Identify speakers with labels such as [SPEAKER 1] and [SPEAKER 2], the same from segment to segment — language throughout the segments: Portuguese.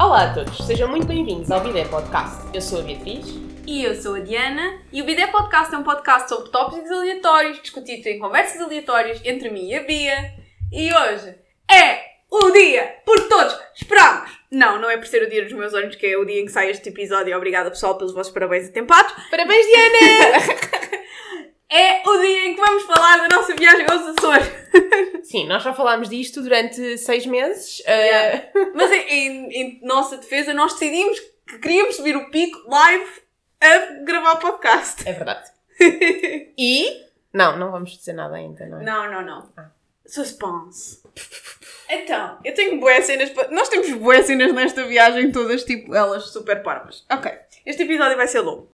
[SPEAKER 1] Olá a todos, sejam muito bem-vindos ao Bidé Podcast. Eu sou a Beatriz.
[SPEAKER 2] E eu sou a Diana, e o Bidé Podcast é um podcast sobre tópicos aleatórios, discutidos em conversas aleatórias entre mim e a Bia. E hoje é o dia por todos esperamos! Não, não é por ser o dia dos meus olhos, que é o dia em que sai este episódio. Obrigada, pessoal, pelos vossos parabéns atempados.
[SPEAKER 1] Parabéns, Diana!
[SPEAKER 2] É o dia em que vamos falar da nossa viagem aos Açores.
[SPEAKER 1] Sim, nós já falámos disto durante seis meses. Uh,
[SPEAKER 2] Yeah. Mas em, em- em nossa defesa, nós decidimos que queríamos subir o pico live a gravar podcast.
[SPEAKER 1] É verdade. E. Não, não vamos dizer nada ainda, não é?
[SPEAKER 2] Não, não, não.
[SPEAKER 1] Ah.
[SPEAKER 2] Suspense. Então, eu tenho boas cenas. pa- Nós temos boas cenas nesta viagem, todas tipo elas super parvas. Ok, este episódio vai ser longo.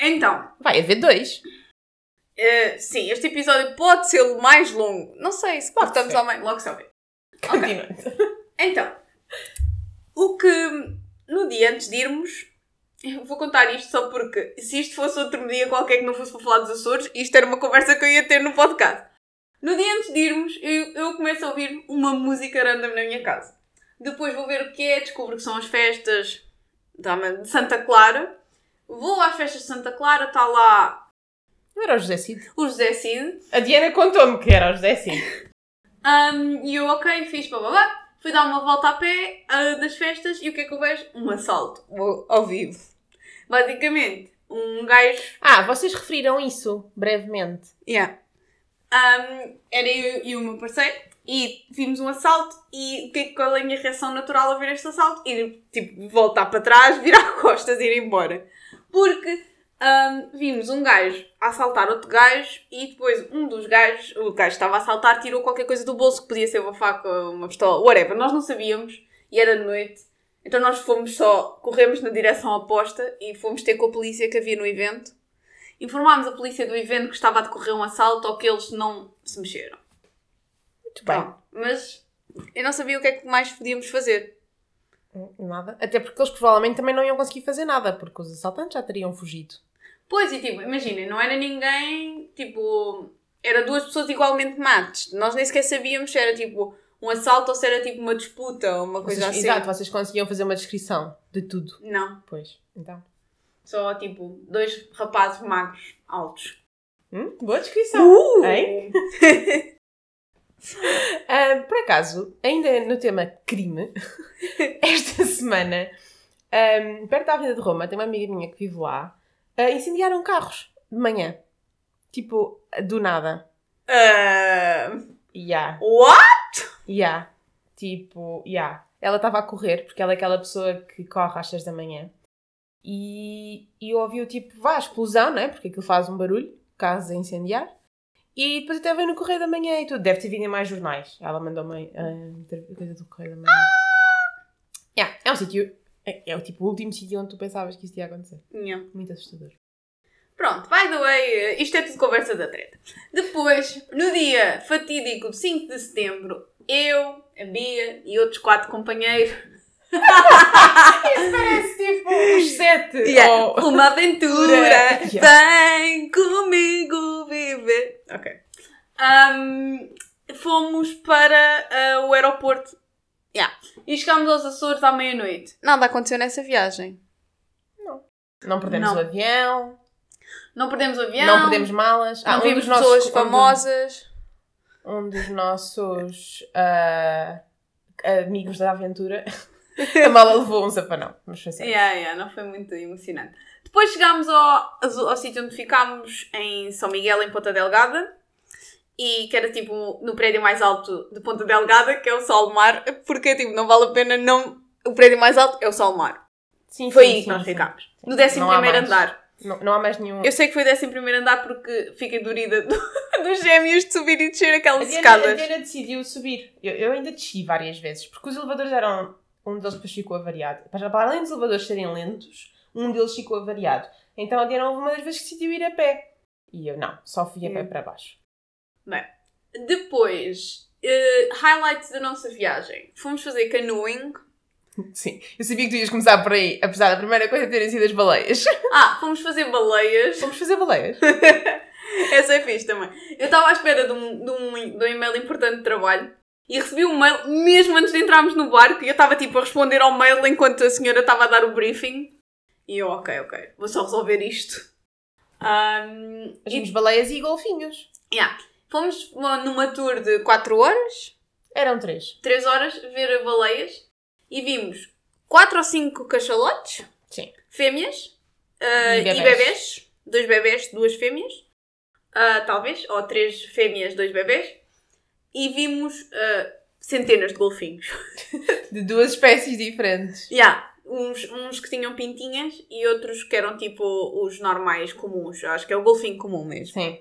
[SPEAKER 2] Então,
[SPEAKER 1] Vai haver dois.
[SPEAKER 2] eh, sim, este episódio pode ser o mais longo. Não sei, se
[SPEAKER 1] Pode
[SPEAKER 2] cortamos
[SPEAKER 1] ser.
[SPEAKER 2] ao meio, logo se vê.
[SPEAKER 1] Continuando.
[SPEAKER 2] Então, o que no dia antes de irmos, eu vou contar isto só porque se isto fosse outro dia qualquer que não fosse para falar dos Açores, isto era uma conversa que eu ia ter no podcast. No dia antes de irmos, eu, eu começo a ouvir uma música random na minha casa. Depois vou ver o que é, descubro que são as festas da- de Santa Clara. Vou às festas de Santa Clara, está lá
[SPEAKER 1] Não era o José Cid?
[SPEAKER 2] o José Cid,
[SPEAKER 1] A Diana contou-me que era o José Cid.
[SPEAKER 2] Um, e eu, ok, fiz bababá. Fui dar uma volta a pé ah, das festas e o que é que eu vejo? Um assalto ao- ao vivo. Basicamente, um gajo.
[SPEAKER 1] Ah, vocês referiram isso brevemente.
[SPEAKER 2] Yeah. Um, era eu e o meu parceiro e vimos um assalto. E o que é que qual é a minha reação natural a ver este assalto? Ir tipo voltar para trás, virar costas e ir embora. Porque um, vimos um gajo a assaltar outro gajo e depois um dos gajos, o gajo que estava a assaltar, tirou qualquer coisa do bolso que podia ser uma faca, uma pistola, whatever. Nós não sabíamos e era de noite. Então nós fomos só, corremos na direção oposta e fomos ter com a polícia que havia no evento. Informámos a polícia do evento que estava a decorrer um assalto ou que eles não se mexeram.
[SPEAKER 1] Muito bem.
[SPEAKER 2] Pronto. Mas eu não sabia o que é que mais podíamos fazer.
[SPEAKER 1] Nada. Até porque eles provavelmente também não iam conseguir fazer nada, porque os assaltantes já teriam fugido.
[SPEAKER 2] Pois, e tipo, imagina, não era ninguém, tipo, era duas pessoas igualmente mates. Nós nem sequer sabíamos se era tipo um assalto ou se era tipo uma disputa ou uma coisa
[SPEAKER 1] Vocês,
[SPEAKER 2] assim.
[SPEAKER 1] Exato, vocês conseguiam fazer uma descrição de tudo.
[SPEAKER 2] Não,
[SPEAKER 1] Pois, então.
[SPEAKER 2] só tipo dois rapazes magros, altos.
[SPEAKER 1] Hum, boa descrição.
[SPEAKER 2] Uh!
[SPEAKER 1] Hein? Ah, por acaso, ainda no tema crime, esta semana, ah, perto da Avenida de Roma, tem uma amiga minha que vive lá, ah, incendiaram carros de manhã. Tipo, do nada.
[SPEAKER 2] Ah,
[SPEAKER 1] Yeah.
[SPEAKER 2] what?
[SPEAKER 1] Ya. Tipo, ya. Ela estava a correr, porque ela é aquela pessoa que corre às 6 da manhã. E, e eu ouvi o tipo, vá, explosão, não é? Porque aquilo faz um barulho, caso a incendiar. E depois até veio no Correio da Manhã e tudo. Deve ter vindo em mais jornais. Ela mandou-me a coisa do Correio da Manhã.
[SPEAKER 2] Ah!
[SPEAKER 1] Ya, É um sítio... É, é o tipo o último sítio onde tu pensavas que isto ia acontecer.
[SPEAKER 2] Não.
[SPEAKER 1] Muito assustador.
[SPEAKER 2] Pronto, by the way, isto é tudo conversa da treta. Depois, no dia fatídico de 5 de setembro, eu, a Bia e outros quatro companheiros,
[SPEAKER 1] Parece tipo os 7.
[SPEAKER 2] Yeah, uma aventura,
[SPEAKER 1] Yeah.
[SPEAKER 2] vem comigo viver. Ok. Um, fomos para uh, o aeroporto yeah. e chegámos aos Açores à meia-noite. Nada aconteceu nessa viagem.
[SPEAKER 1] Não perdemos
[SPEAKER 2] Não.
[SPEAKER 1] o avião,
[SPEAKER 2] Não perdemos o avião,
[SPEAKER 1] não perdemos malas.
[SPEAKER 2] não
[SPEAKER 1] Ah, um
[SPEAKER 2] vimos
[SPEAKER 1] dos nossos-
[SPEAKER 2] pessoas
[SPEAKER 1] um dos-
[SPEAKER 2] famosas.
[SPEAKER 1] um dos nossos ah, amigos da aventura. A mala levou um zapanão, mas foi sério.
[SPEAKER 2] Yeah, yeah, não foi muito emocionante. Depois chegámos ao, ao sítio onde ficámos, em São Miguel, em Ponta Delgada, e que era tipo no prédio mais alto de Ponta Delgada, que é o Salmar, porque tipo, não vale a pena não. O prédio mais alto é o Salmar.
[SPEAKER 1] Sim,
[SPEAKER 2] E foi
[SPEAKER 1] sim,
[SPEAKER 2] aí que
[SPEAKER 1] sim,
[SPEAKER 2] nós
[SPEAKER 1] sim.
[SPEAKER 2] ficámos. No
[SPEAKER 1] Não há
[SPEAKER 2] 11
[SPEAKER 1] mais.
[SPEAKER 2] andar.
[SPEAKER 1] Não, não há mais nenhum.
[SPEAKER 2] Eu sei que foi 11 andar porque fiquei dorida do- dos gêmeos de subir e descer
[SPEAKER 1] a,
[SPEAKER 2] aquelas
[SPEAKER 1] Diana, a
[SPEAKER 2] escadas.
[SPEAKER 1] Diana decidiu subir. Eu, eu ainda desci várias vezes, porque os elevadores eram. Um deles depois ficou avariado. Para para além dos elevadores serem lentos, um deles ficou avariado. Então a Diana houve uma das vezes que decidiu
[SPEAKER 2] É.
[SPEAKER 1] ir a pé. E eu não, só fui a pé
[SPEAKER 2] Hum.
[SPEAKER 1] para baixo.
[SPEAKER 2] Depois eh, highlights da nossa viagem. Fomos fazer canoeing.
[SPEAKER 1] Sim, eu sabia que tu ias começar por aí, apesar da primeira coisa terem sido as baleias.
[SPEAKER 2] Ah, fomos fazer baleias.
[SPEAKER 1] Vamos fazer baleias.
[SPEAKER 2] Essa é fixe também. Eu estava à espera de um, de, um, de um e-mail importante de trabalho e recebi um mail mesmo antes de entrarmos no barco e eu estava tipo a responder ao mail enquanto a senhora estava a dar o briefing. E eu, ok, ok, vou só resolver isto. Ahm,
[SPEAKER 1] Nós vimos baleias e golfinhos.
[SPEAKER 2] yeah. Fomos numa tour de 4 horas.
[SPEAKER 1] Eram três.
[SPEAKER 2] 3 horas ver baleias e vimos 4 ou 5 cachalotes,
[SPEAKER 1] Sim.
[SPEAKER 2] fêmeas ah,
[SPEAKER 1] E
[SPEAKER 2] e,
[SPEAKER 1] bebés.
[SPEAKER 2] bebés. dois bebés, duas fêmeas, ah, talvez, ou três fêmeas, dois bebés, e vimos ah, centenas de golfinhos.
[SPEAKER 1] De duas espécies diferentes.
[SPEAKER 2] Yeah, uns, uns que tinham pintinhas e outros que eram tipo os normais comuns, acho que é o golfinho comum mesmo.
[SPEAKER 1] Sim.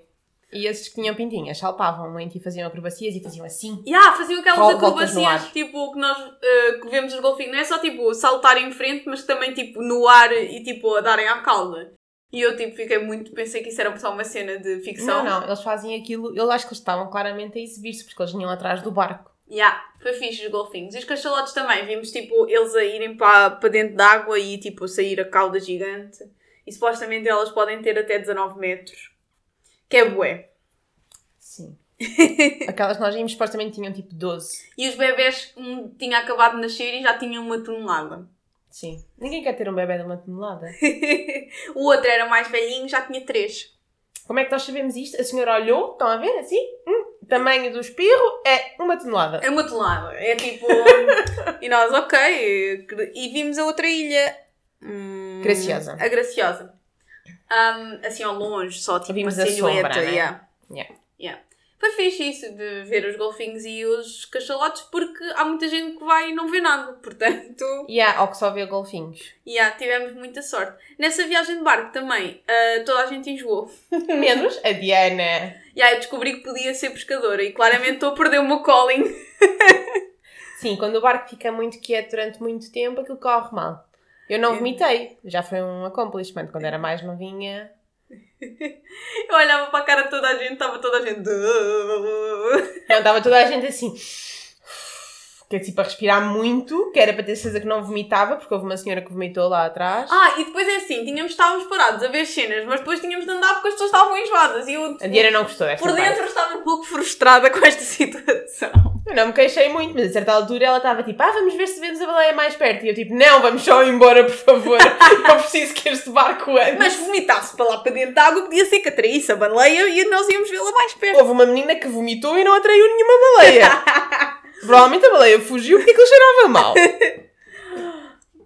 [SPEAKER 1] E esses que tinham pintinhas saltavam em ti, faziam acrobacias e faziam assim.
[SPEAKER 2] Yeah, faziam aquelas
[SPEAKER 1] Vol- voltas no
[SPEAKER 2] acrobacias
[SPEAKER 1] ar.
[SPEAKER 2] tipo que nós ah, que vemos os golfinhos, não é só tipo saltar em frente, mas também tipo no ar e tipo a darem à cauda. E eu tipo fiquei muito, pensei que isso era só uma cena de ficção.
[SPEAKER 1] Não, não, eles fazem aquilo, eu acho que eles estavam claramente a exibir-se, porque eles vinham atrás do barco.
[SPEAKER 2] Yeah, foi fixe os golfinhos. E os cachalotes também, vimos tipo eles a irem para, para dentro da água e tipo a sair a cauda gigante. E supostamente elas podem ter até 19 metros. Que é bué.
[SPEAKER 1] Sim. Aquelas que nós vimos supostamente tinham tipo 12.
[SPEAKER 2] E os bebés um, tinha acabado de nascer e já tinham uma tonelada.
[SPEAKER 1] Sim. Ninguém quer ter um bebê de uma tonelada.
[SPEAKER 2] o outro era mais velhinho, já tinha 3.
[SPEAKER 1] Como é que nós sabemos isto? A senhora olhou, estão a ver assim? Hum, tamanho do espirro é uma tonelada.
[SPEAKER 2] É uma tonelada. É tipo. e nós, ok. E vimos a outra ilha. Hum,
[SPEAKER 1] Graciosa.
[SPEAKER 2] A Graciosa. Hum, assim ao longe, só tipo
[SPEAKER 1] Vimos
[SPEAKER 2] uma
[SPEAKER 1] a
[SPEAKER 2] silhueta.
[SPEAKER 1] sombra, né?
[SPEAKER 2] yeah.
[SPEAKER 1] Yeah.
[SPEAKER 2] Yeah. Foi fixe isso de ver os golfinhos e os cachalotes, porque há muita gente que vai e não vê nada. Portanto,
[SPEAKER 1] E há, ou que só vê golfinhos.
[SPEAKER 2] yeah, tivemos muita sorte. Nessa viagem de barco também, ah, toda a gente enjoou.
[SPEAKER 1] Menos a Diana.
[SPEAKER 2] E aí eu descobri que podia ser pescadora e claramente estou a perder o meu calling.
[SPEAKER 1] Sim, quando o barco fica muito quieto durante muito tempo, aquilo corre mal. Eu
[SPEAKER 2] É.
[SPEAKER 1] não vomitei, já foi um accomplishment. Quando era mais novinha,
[SPEAKER 2] Eu olhava para a cara de toda a gente, estava toda a gente.
[SPEAKER 1] não estava toda a gente assim. Que é tipo a respirar muito, que era para ter certeza que não vomitava, porque houve uma senhora que vomitou lá atrás.
[SPEAKER 2] Ah, e depois é assim, tínhamos, estávamos parados a ver cenas, mas depois tínhamos de andar porque as pessoas estavam enjoadas e eu
[SPEAKER 1] A Diana não gostou desta
[SPEAKER 2] por
[SPEAKER 1] parte.
[SPEAKER 2] dentro estava um pouco frustrada com esta situação.
[SPEAKER 1] Eu não me queixei muito, mas a certa altura ela estava tipo, ah, vamos ver se vemos a baleia mais perto. E eu tipo, não, vamos só embora, por favor. eu preciso que este barco ande.
[SPEAKER 2] Mas vomitasse para lá para dentro da água podia ser que atraísse a baleia e nós íamos vê-la mais perto.
[SPEAKER 1] Houve uma menina que vomitou e não atraiu nenhuma baleia. Provavelmente a baleia fugiu porque aquilo cheirava mal.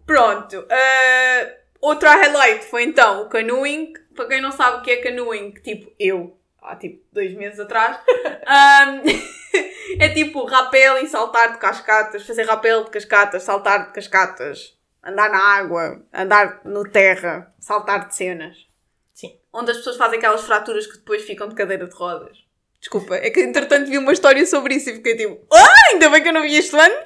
[SPEAKER 2] Pronto, ah, outro highlight foi então o canoeing. Para quem não sabe o que é canoeing, tipo eu, há tipo dois meses atrás, ah, é tipo rapel e saltar de cascatas, fazer rapel de cascatas, saltar de cascatas, andar na água, andar no terra, saltar de cenas.
[SPEAKER 1] Sim.
[SPEAKER 2] Onde as pessoas fazem aquelas fraturas que depois ficam de cadeira de rodas. Desculpa, é que entretanto vi uma história sobre isso e fiquei tipo, ah, ainda bem que eu não vi isto antes.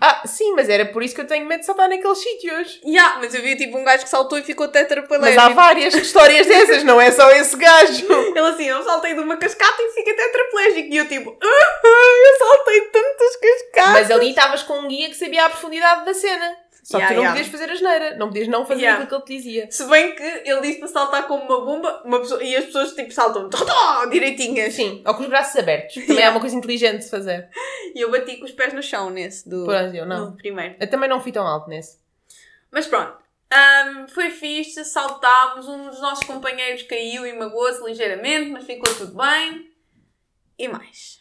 [SPEAKER 1] Ah, sim, mas era por isso que eu tenho medo de saltar naqueles sítios.
[SPEAKER 2] Yeah, mas eu vi tipo um gajo que saltou e ficou
[SPEAKER 1] Mas
[SPEAKER 2] tetrapalégico.
[SPEAKER 1] há várias histórias dessas, não é só esse gajo.
[SPEAKER 2] Ele assim, eu saltei de uma cascata e fiquei tetraplégico. E eu tipo, "Ah, eu saltei de tantas cascatas.
[SPEAKER 1] Mas ali estavas com um guia que sabia a profundidade da cena. Só que
[SPEAKER 2] Yeah,
[SPEAKER 1] tu não
[SPEAKER 2] yeah.
[SPEAKER 1] podias fazer a geneira, não podias não fazer
[SPEAKER 2] Yeah.
[SPEAKER 1] aquilo que ele te dizia.
[SPEAKER 2] Se bem que ele disse para saltar como uma bomba uma pessoa- e as pessoas tipo saltam "Totó", assim. direitinhas.
[SPEAKER 1] Sim, ou com os braços abertos. Também é uma coisa inteligente de fazer.
[SPEAKER 2] E eu bati com os pés no chão nesse do,
[SPEAKER 1] Pois, eu não.
[SPEAKER 2] do primeiro.
[SPEAKER 1] Eu também não fui tão alto nesse.
[SPEAKER 2] Mas pronto. Ahm, foi fixe, saltámos. Um dos nossos companheiros caiu e magoou-se ligeiramente, mas ficou tudo bem. E mais.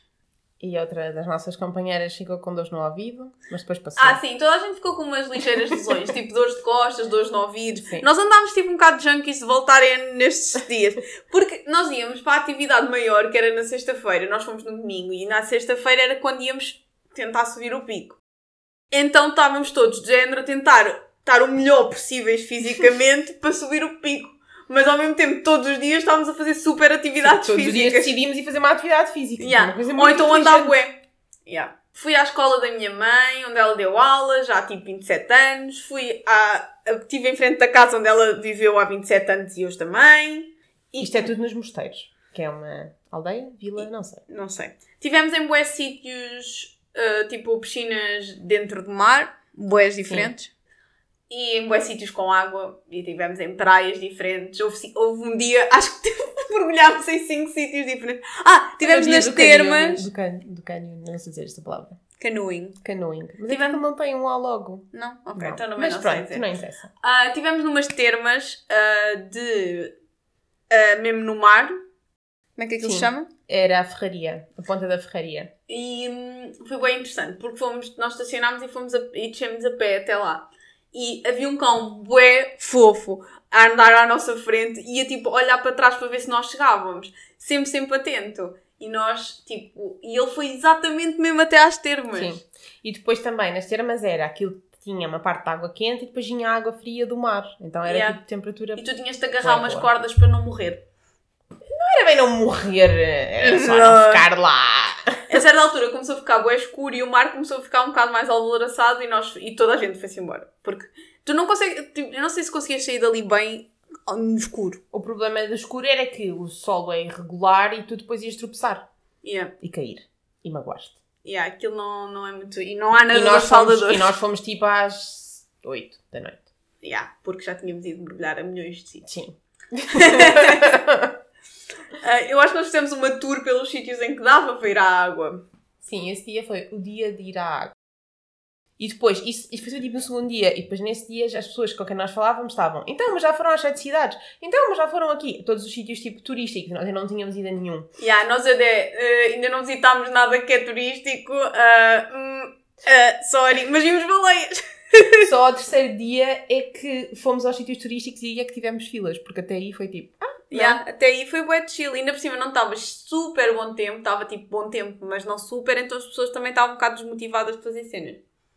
[SPEAKER 1] E outra das nossas companheiras ficou com dores no ouvido, mas depois passou.
[SPEAKER 2] Ah, sim, toda a gente ficou com umas ligeiras lesões, tipo dores de costas, dores no ouvido.
[SPEAKER 1] Sim.
[SPEAKER 2] Nós andámos tipo um bocado junkies de voltarem nestes dias, porque nós íamos para a atividade maior, que era na sexta-feira, nós fomos no domingo, e na sexta-feira era quando íamos tentar subir o pico. Então estávamos todos de género a tentar estar o melhor possíveis fisicamente para subir o pico. Mas ao mesmo tempo, todos os dias estávamos a fazer super atividades
[SPEAKER 1] Todos os dias
[SPEAKER 2] físicas.
[SPEAKER 1] decidimos ir fazer uma atividade física.
[SPEAKER 2] Yeah.
[SPEAKER 1] Tipo, Uma coisa
[SPEAKER 2] Ou
[SPEAKER 1] muito
[SPEAKER 2] então andar
[SPEAKER 1] inteligente.
[SPEAKER 2] bué. Yeah. Fui à escola da minha mãe, onde ela deu aula, já há tipo 27 anos. Fui à... Estive em frente da casa onde ela viveu há 27 anos e eu também.
[SPEAKER 1] é Isto é tudo nos mosteiros. que é uma aldeia, vila, não sei.
[SPEAKER 2] Não sei. Tivemos em bué sítios, ah, tipo piscinas dentro do mar, boés diferentes. E em bué sítios com água. E tivemos em praias diferentes. Houve, si- houve um dia, acho que mergulhámos em cinco sítios diferentes. Ah, tivemos
[SPEAKER 1] No dia
[SPEAKER 2] nas
[SPEAKER 1] do
[SPEAKER 2] termas.
[SPEAKER 1] canyon- Do canyon, do canyon, não sei dizer esta palavra.
[SPEAKER 2] Canoeing.
[SPEAKER 1] Canoing. Mas é
[SPEAKER 2] Tivemos-
[SPEAKER 1] que não tem um A logo.
[SPEAKER 2] Não? Ok,
[SPEAKER 1] Não.
[SPEAKER 2] então não,
[SPEAKER 1] Mas
[SPEAKER 2] não sei
[SPEAKER 1] pronto,
[SPEAKER 2] dizer.
[SPEAKER 1] não interessa.
[SPEAKER 2] Ah, tivemos numas termas ah, de. ah, mesmo no mar. Como é que aquilo se
[SPEAKER 1] Sim.
[SPEAKER 2] chama?
[SPEAKER 1] Era a ferraria, a ponta da ferraria.
[SPEAKER 2] E hum, foi bem interessante, porque fomos, nós estacionámos e fomos a, e descemos a pé até lá. E havia um cão bué fofo a andar à nossa frente e a tipo olhar para trás para ver se nós chegávamos. Sempre, sempre atento. E nós, tipo, e ele foi exatamente mesmo até às termas.
[SPEAKER 1] Sim. E depois também, nas termas era aquilo que tinha uma parte de água quente e depois tinha a água fria do mar. Então era
[SPEAKER 2] Yeah.
[SPEAKER 1] tipo temperatura...
[SPEAKER 2] E tu tinhas de agarrar
[SPEAKER 1] Bué
[SPEAKER 2] umas
[SPEAKER 1] boa.
[SPEAKER 2] cordas para não morrer.
[SPEAKER 1] Era bem não morrer,
[SPEAKER 2] eh,
[SPEAKER 1] era só
[SPEAKER 2] Não.
[SPEAKER 1] não ficar lá.
[SPEAKER 2] A certa altura começou a ficar bué escuro e o mar começou a ficar um bocado mais alvoraçado e, nós, e toda a gente foi-se embora. Porque tu não consegues, tipo, eu não sei se conseguias sair dali bem ao- no escuro.
[SPEAKER 1] O problema do escuro era que o solo é irregular e tu depois ias tropeçar
[SPEAKER 2] Yeah.
[SPEAKER 1] e cair e magoaste.
[SPEAKER 2] Yeah, aquilo não, não é muito. E não há nada
[SPEAKER 1] E
[SPEAKER 2] de
[SPEAKER 1] nós, fomos,
[SPEAKER 2] Salvador.
[SPEAKER 1] e nós fomos tipo às 8 da noite.
[SPEAKER 2] Yeah, porque já tínhamos ido mergulhar a milhões de sítios.
[SPEAKER 1] Sim.
[SPEAKER 2] Ah, eu acho que nós fizemos uma tour pelos sítios em que dava para ir à água.
[SPEAKER 1] Sim, esse dia foi o dia de ir à água. E depois, isso, isso foi tipo no segundo dia, e depois nesse dia já as pessoas com quem nós falávamos estavam, então, mas já foram às sete cidades, então, mas já foram aqui, todos os sítios tipo turísticos, nós ainda não tínhamos ido a nenhum.
[SPEAKER 2] Yeah, nós até ah, ainda não visitámos nada que é turístico. ah, hum, ah, sorry, mas vimos baleias.
[SPEAKER 1] Só ao terceiro dia é que fomos aos sítios turísticos e aí é que tivemos filas, porque até aí foi tipo, ah, não.
[SPEAKER 2] Yeah, até aí foi bué de chill. Ainda por cima não estava super bom tempo. Estava tipo bom tempo, mas não super. Então as pessoas também estavam um bocado desmotivadas de fazer cenas.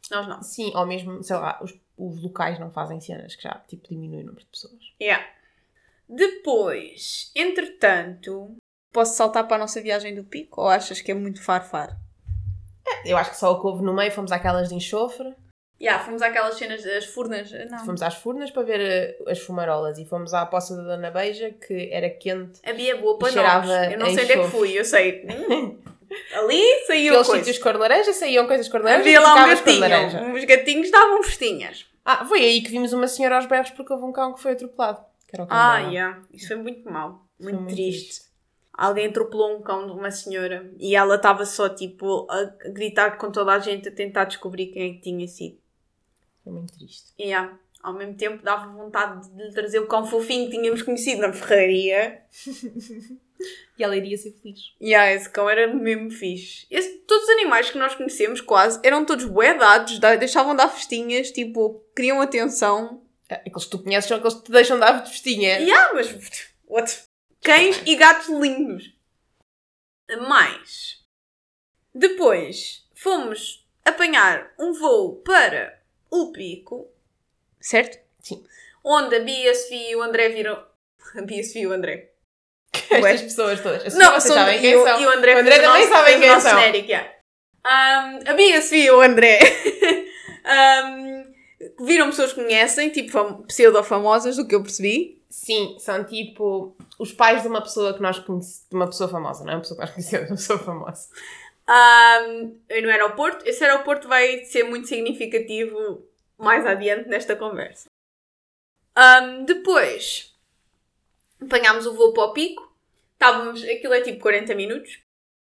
[SPEAKER 2] Nós não.
[SPEAKER 1] Sim, ou mesmo, sei lá, os, os locais não fazem cenas que já tipo, diminui o número de pessoas.
[SPEAKER 2] Yeah. Depois, entretanto. Posso saltar para a nossa viagem do pico ou achas que é muito farfar?
[SPEAKER 1] Eu acho que só o que houve no meio fomos àquelas de enxofre,
[SPEAKER 2] Já, fomos àquelas cenas das furnas. Não.
[SPEAKER 1] fomos às furnas para ver eh, as fumarolas e fomos à poça da Dona Beija que era quente.
[SPEAKER 2] A Bia é boa para
[SPEAKER 1] Cheirava
[SPEAKER 2] nós. Eu não
[SPEAKER 1] a
[SPEAKER 2] sei onde é que
[SPEAKER 1] enxofre.
[SPEAKER 2] fui, eu sei. Ali saiu
[SPEAKER 1] Aqueles
[SPEAKER 2] coisa.
[SPEAKER 1] sítios de cor de laranja saíam coisas de cor de laranja e
[SPEAKER 2] Havia lá um
[SPEAKER 1] ficavas cor de laranja.
[SPEAKER 2] gatinho. Os gatinhos davam festinhas.
[SPEAKER 1] Ah, foi aí que vimos uma senhora aos berros porque houve um cão que foi atropelado. Que era o cão
[SPEAKER 2] Ah,
[SPEAKER 1] dela.
[SPEAKER 2] yeah. Isso foi muito mau.
[SPEAKER 1] Foi
[SPEAKER 2] Muito, triste. Alguém atropelou um cão de uma senhora e ela estava só tipo a gritar com toda a gente a tentar descobrir quem é que tinha sido.
[SPEAKER 1] Foi muito triste.
[SPEAKER 2] E há, ao mesmo tempo dava vontade de lhe trazer o cão fofinho que tínhamos conhecido na ferraria.
[SPEAKER 1] E ela iria ser feliz.
[SPEAKER 2] E há, esse cão era mesmo fixe. Esse- todos os animais que nós conhecemos quase eram todos bué dados, da- deixavam dar festinhas, tipo, queriam atenção.
[SPEAKER 1] Ah, Aqueles que tu conheces são aqueles que te deixam dar de festinha.
[SPEAKER 2] E há, mas what? Cães e gatos lindos. Mais. Depois fomos apanhar um voo para o Pico. Certo?
[SPEAKER 1] Sim.
[SPEAKER 2] Onde a Bia, a Sofia e o André viram. A Bia, a Sofia e o André. Ué.
[SPEAKER 1] Estas pessoas todas. As
[SPEAKER 2] Não,
[SPEAKER 1] pessoas
[SPEAKER 2] são,
[SPEAKER 1] sabem
[SPEAKER 2] e,
[SPEAKER 1] quem
[SPEAKER 2] o,
[SPEAKER 1] são.
[SPEAKER 2] e o André,
[SPEAKER 1] O André
[SPEAKER 2] fez
[SPEAKER 1] também
[SPEAKER 2] nosso-
[SPEAKER 1] sabem
[SPEAKER 2] fez o
[SPEAKER 1] quem
[SPEAKER 2] nosso
[SPEAKER 1] são.
[SPEAKER 2] genérico, yeah. Um, a Bia Sofia e o André um, viram pessoas que conhecem, tipo fam- pseudo-famosas, do que eu percebi.
[SPEAKER 1] Sim, são tipo os pais de uma pessoa que nós conhecemos, de uma pessoa famosa, não é uma pessoa que nós conhecemos, uma pessoa famosa.
[SPEAKER 2] Um, e no aeroporto. Esse aeroporto vai ser muito significativo mais adiante nesta conversa. Um, depois apanhámos o voo para o pico. Estávamos, aquilo é tipo 40 minutos.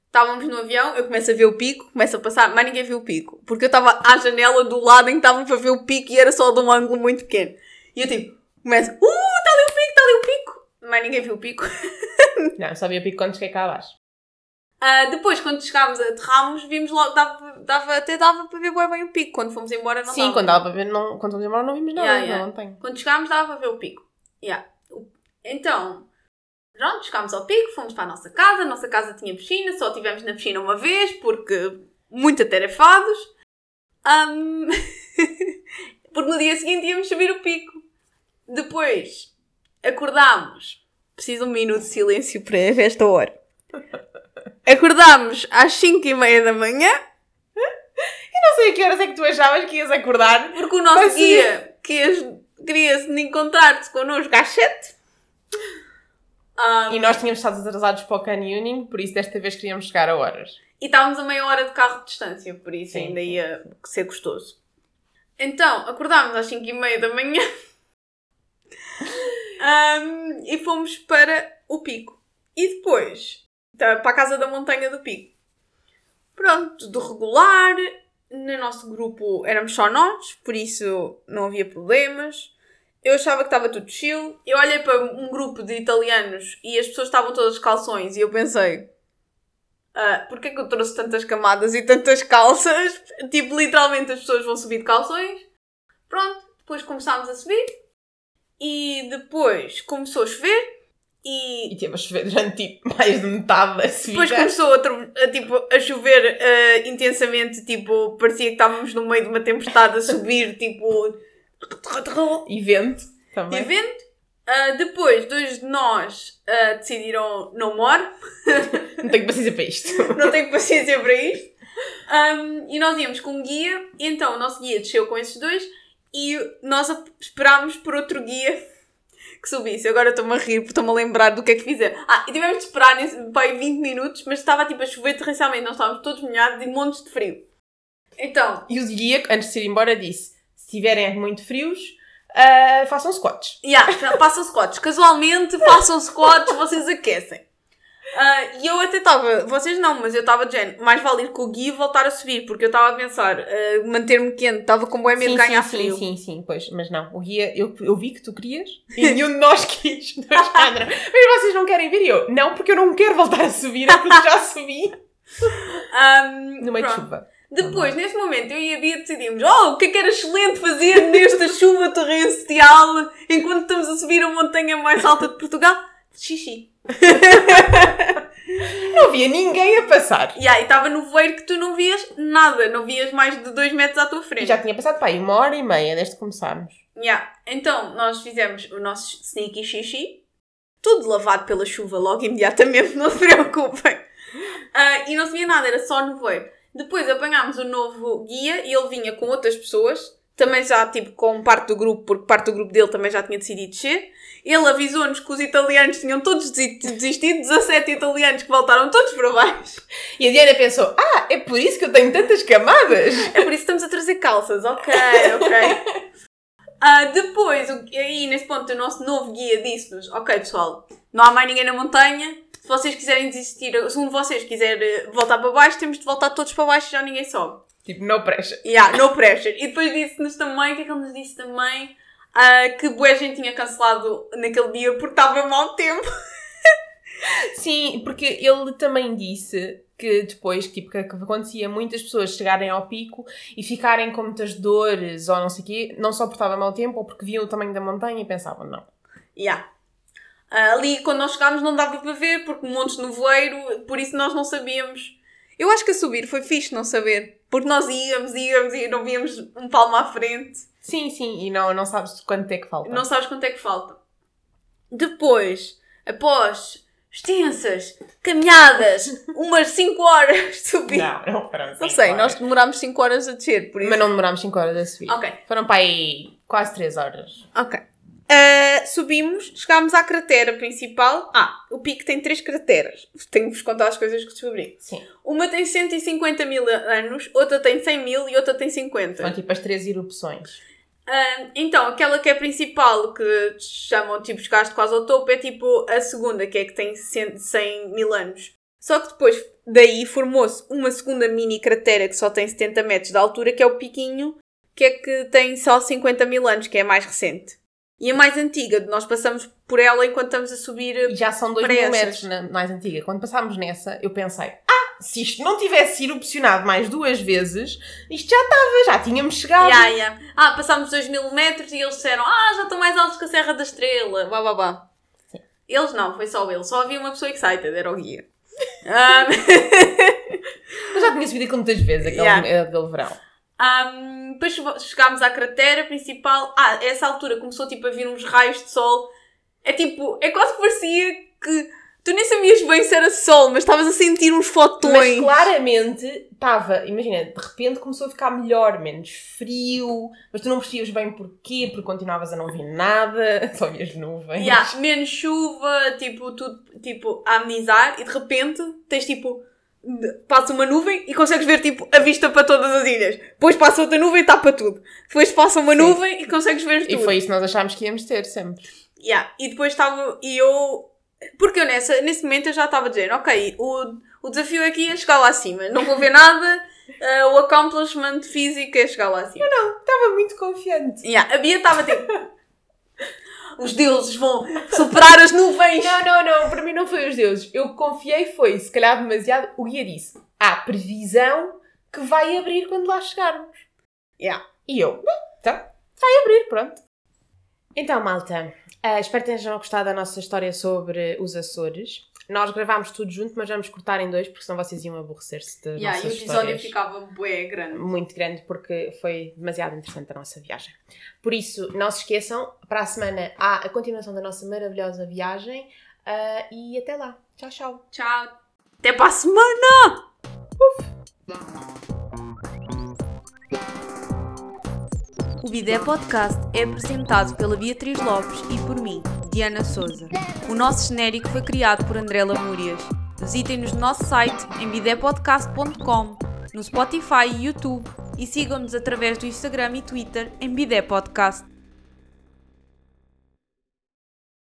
[SPEAKER 2] Estávamos no avião, eu começo a ver o pico, começo a passar, mas ninguém viu o pico. Porque eu estava à janela do lado em que estavam para ver o pico e era só de um ângulo muito pequeno. E eu tipo, começo, uh, está ali o pico, está ali o pico. Mas ninguém viu o pico.
[SPEAKER 1] Não, só via pico quando cheguei é cá abaixo.
[SPEAKER 2] Ah, depois, quando chegámos, aterrámos, vimos logo, dava, dava- até dava para ver bué bem o pico. Quando fomos embora, não
[SPEAKER 1] Sim,
[SPEAKER 2] dava.
[SPEAKER 1] quando dava para ver, não, quando fomos embora não vimos nada,
[SPEAKER 2] Yeah, yeah.
[SPEAKER 1] não tenho.
[SPEAKER 2] Quando chegámos, dava para ver o pico. Yeah. O- Então, pronto, chegámos ao pico, fomos para a nossa casa. A nossa casa tinha piscina, só estivemos na piscina uma vez, porque muito atarefados. Ahm, porque no dia seguinte íamos subir o pico. Depois, acordámos. Preciso um minuto de silêncio para esta hora. Acordámos às 5 e meia da manhã.
[SPEAKER 1] Não sei a que horas é que tu achavas que ias acordar.
[SPEAKER 2] Porque o nosso
[SPEAKER 1] Mas
[SPEAKER 2] guia quis- queria se encontrar-se connosco às 7. Ah,
[SPEAKER 1] E nós tínhamos estado atrasados para o canyoning, por isso desta vez queríamos chegar a horas.
[SPEAKER 2] E estávamos a meia hora de carro de distância, por isso
[SPEAKER 1] Sim,
[SPEAKER 2] ainda
[SPEAKER 1] sim,
[SPEAKER 2] ia ser gostoso. Então, acordámos às 5 e meia da manhã Ahm, e fomos para o Pico. E depois, tá, para a Casa da Montanha do Pico. Pronto, de regular, no nosso grupo éramos só nós, por isso não havia problemas. Eu achava que estava tudo chill. Eu olhei para um grupo de italianos e as pessoas estavam todas de calções e eu pensei, ah, Porquê que eu trouxe tantas camadas e tantas calças? Tipo, literalmente as pessoas vão subir de calções. Pronto, depois começámos a subir. E depois começou a chover. E
[SPEAKER 1] E teve a chover durante tipo, mais de metade da subida.
[SPEAKER 2] depois começou a, tro- a, tipo, a chover ah, intensamente. Tipo, parecia que estávamos no meio de uma tempestade a subir. Tipo...
[SPEAKER 1] E vento
[SPEAKER 2] E
[SPEAKER 1] também.
[SPEAKER 2] vento. Ah, depois, dois de nós ah, decidiram não more.
[SPEAKER 1] Não tenho paciência para isto.
[SPEAKER 2] não tenho paciência para isto. Um, e nós íamos com um guia, e então o nosso guia desceu com esses dois e nós a- esperámos por outro guia que subisse. Agora estou-me a rir porque estou-me a lembrar do que é que fizeram. Ah, e tivemos de esperar nesse, bem 20 minutos, mas estava tipo a chover torrencialmente, nós estávamos todos molhados e montes de frio. Então,
[SPEAKER 1] E o guia, antes de ir embora, disse: se estiverem muito frios, ah, façam squats.
[SPEAKER 2] Yeah, fa- façam squats. Casualmente façam squats, vocês aquecem. Ah, e eu até estava, vocês não, mas eu estava de género, mais vale ir com o guia e voltar a subir, porque eu estava a pensar, ah, manter-me quente, estava com boa medo de ganhar
[SPEAKER 1] sim,
[SPEAKER 2] frio.
[SPEAKER 1] Sim, sim, sim, pois, mas não. O guia, eu, eu vi que tu querias e nenhum de nós quis. Nós, Sandra, mas vocês não querem vir? E eu, não, porque eu não quero voltar a subir aquilo que já subi.
[SPEAKER 2] Ahm,
[SPEAKER 1] No meio de
[SPEAKER 2] pronto.
[SPEAKER 1] chuva.
[SPEAKER 2] Depois, neste momento, eu e a Bia decidimos, oh, o que é que era excelente fazer nesta chuva torrencial, enquanto estamos a subir a montanha mais alta de Portugal? Xixi.
[SPEAKER 1] Não havia ninguém a passar.
[SPEAKER 2] Yeah, e estava no voeiro que tu não vias nada, não vias mais de 2 metros à tua
[SPEAKER 1] E
[SPEAKER 2] frente.
[SPEAKER 1] já tinha passado, pá, aí uma hora e meia desde que começámos.
[SPEAKER 2] Yeah. Então, nós fizemos o nosso sneaky xixi, tudo lavado pela chuva logo imediatamente, não se preocupem. Ah, e não se via nada, era só nevoeiro. Depois apanhámos o novo guia e ele vinha com outras pessoas, também já tipo com parte do grupo, porque parte do grupo dele também já tinha decidido descer. Ele avisou-nos que os italianos tinham todos desi- desistido, 17 italianos que voltaram todos para baixo.
[SPEAKER 1] E a Diana pensou: ah, é por isso que eu tenho tantas camadas.
[SPEAKER 2] É por isso que estamos a trazer calças, ok, ok. Ah, depois, o- aí nesse ponto, o nosso novo guia disse-nos: Ok, pessoal, não há mais ninguém na montanha. Se vocês quiserem desistir, se um de vocês quiser eh, voltar para baixo, temos de voltar todos para baixo e já ninguém sobe.
[SPEAKER 1] Tipo, no pressure.
[SPEAKER 2] Yeah, no pressure. E depois disse-nos também: O que é que ele nos disse também? Ah, que boa gente tinha cancelado naquele dia porque estava mau tempo.
[SPEAKER 1] Sim, porque ele também disse que depois, tipo, que que acontecia muitas pessoas chegarem ao pico e ficarem com muitas dores ou não sei o quê, não só por estava mau tempo ou porque viam o tamanho da montanha e pensavam, não.
[SPEAKER 2] Yeah. Ah, ali, quando nós chegámos, não dava para ver porque montes no voeiro, por isso nós não sabíamos. Eu acho que a subir foi fixe não saber, porque nós íamos, íamos e não víamos um palmo à frente,
[SPEAKER 1] Sim, sim, e não, não sabes quanto é que falta.
[SPEAKER 2] não sabes quanto é que falta. Depois, após extensas caminhadas, umas 5 horas de subir. Não,
[SPEAKER 1] não, não foram cinco
[SPEAKER 2] sei,
[SPEAKER 1] horas.
[SPEAKER 2] nós demorámos 5 horas a descer, por isso.
[SPEAKER 1] Mas não demorámos 5 horas a subir.
[SPEAKER 2] Ok,
[SPEAKER 1] Foram para aí quase 3 horas.
[SPEAKER 2] Ok. Ah, subimos, chegámos à cratera principal. Ah, o pico tem três crateras. Tenho-vos contar as coisas que descobri.
[SPEAKER 1] Sim.
[SPEAKER 2] Uma tem 150 mil anos, outra tem 100 mil e outra tem 50.
[SPEAKER 1] Foram tipo as 3 erupções.
[SPEAKER 2] Ah, então, aquela que é a principal, que chamam tipo chegaste quase ao topo, é tipo a segunda, que é que tem 100, 100 mil anos. Só que depois daí formou-se uma segunda mini cratera que só tem 70 metros de altura, que é o Piquinho, que é que tem só 50 mil anos, que é a mais recente. E a mais antiga, nós passamos por ela enquanto estamos a subir.
[SPEAKER 1] E já são 2 mil
[SPEAKER 2] Pressas.
[SPEAKER 1] metros na, mais antiga. Quando passámos nessa, eu pensei, ah, se isto não tivesse erupcionado mais duas vezes, isto já estava, já tínhamos chegado.
[SPEAKER 2] Ya, ya. Ah, passámos 2 mil metros e eles disseram: Ah, já estão mais altos que a Serra da Estrela. Blá blá blá. Eles não, foi só ele. Só havia uma pessoa excited, era o guia. Ah,
[SPEAKER 1] Eu já tinha subido aquilo muitas vezes, aquele, eh,
[SPEAKER 2] Yeah.
[SPEAKER 1] aquele verão.
[SPEAKER 2] Ahm, depois chegou- chegámos à cratera principal. Ah, a essa altura começou tipo a vir uns raios de sol. É tipo, é quase que parecia que Tu nem sabias bem se era sol, mas estavas a sentir uns
[SPEAKER 1] Mas
[SPEAKER 2] fotões.
[SPEAKER 1] claramente estava, imagina, de repente começou a ficar melhor, menos frio, mas tu não percebias bem porquê, porque continuavas a não ver nada, só vias nuvens.
[SPEAKER 2] Yeah, menos chuva, tipo, tudo tipo, a amenizar e de repente tens tipo. de- Passa uma nuvem e consegues ver tipo a vista para todas as ilhas. Depois passa outra nuvem e tapa tudo. Depois passa uma
[SPEAKER 1] Sim.
[SPEAKER 2] nuvem e consegues ver
[SPEAKER 1] E
[SPEAKER 2] tudo.
[SPEAKER 1] foi isso que nós achámos que íamos ter sempre.
[SPEAKER 2] Yeah. E depois estava. E eu. Porque eu nessa, nesse momento eu já estava dizendo: ok, o, o desafio aqui é chegar lá acima. Não vou ver nada. eh, o accomplishment físico é chegar lá acima.
[SPEAKER 1] Estava muito confiante.
[SPEAKER 2] Yeah, A Bia estava tipo. Os deuses vão superar as nuvens.
[SPEAKER 1] Não, não, não, para mim não foi os deuses. Eu confiei foi, se calhar demasiado, o guia disse. Há previsão que vai abrir quando lá chegarmos.
[SPEAKER 2] Yeah.
[SPEAKER 1] E eu, "Bem, então, vai abrir, pronto. Então, malta, ah, espero que tenham gostado da nossa história sobre os Açores. Nós gravámos tudo junto, mas vamos cortar em dois, porque senão vocês iam aborrecer-se das
[SPEAKER 2] Yeah, e o
[SPEAKER 1] nossas
[SPEAKER 2] episódio
[SPEAKER 1] histórias.
[SPEAKER 2] ficava bué grande.
[SPEAKER 1] Muito grande, porque foi demasiado interessante a nossa viagem. Por isso, não se esqueçam, para a semana há a continuação da nossa maravilhosa viagem. ah, e até lá. Tchau, tchau.
[SPEAKER 2] Tchau. Até para a semana. O Bidé Podcast é apresentado pela Beatriz Lopes e por mim, Diana Souza. O nosso genérico foi criado por André Lamúrias. Visitem-nos no nosso site em bidépodcast.com, no Spotify e YouTube e sigam-nos através do Instagram e Twitter em Bidé Podcast.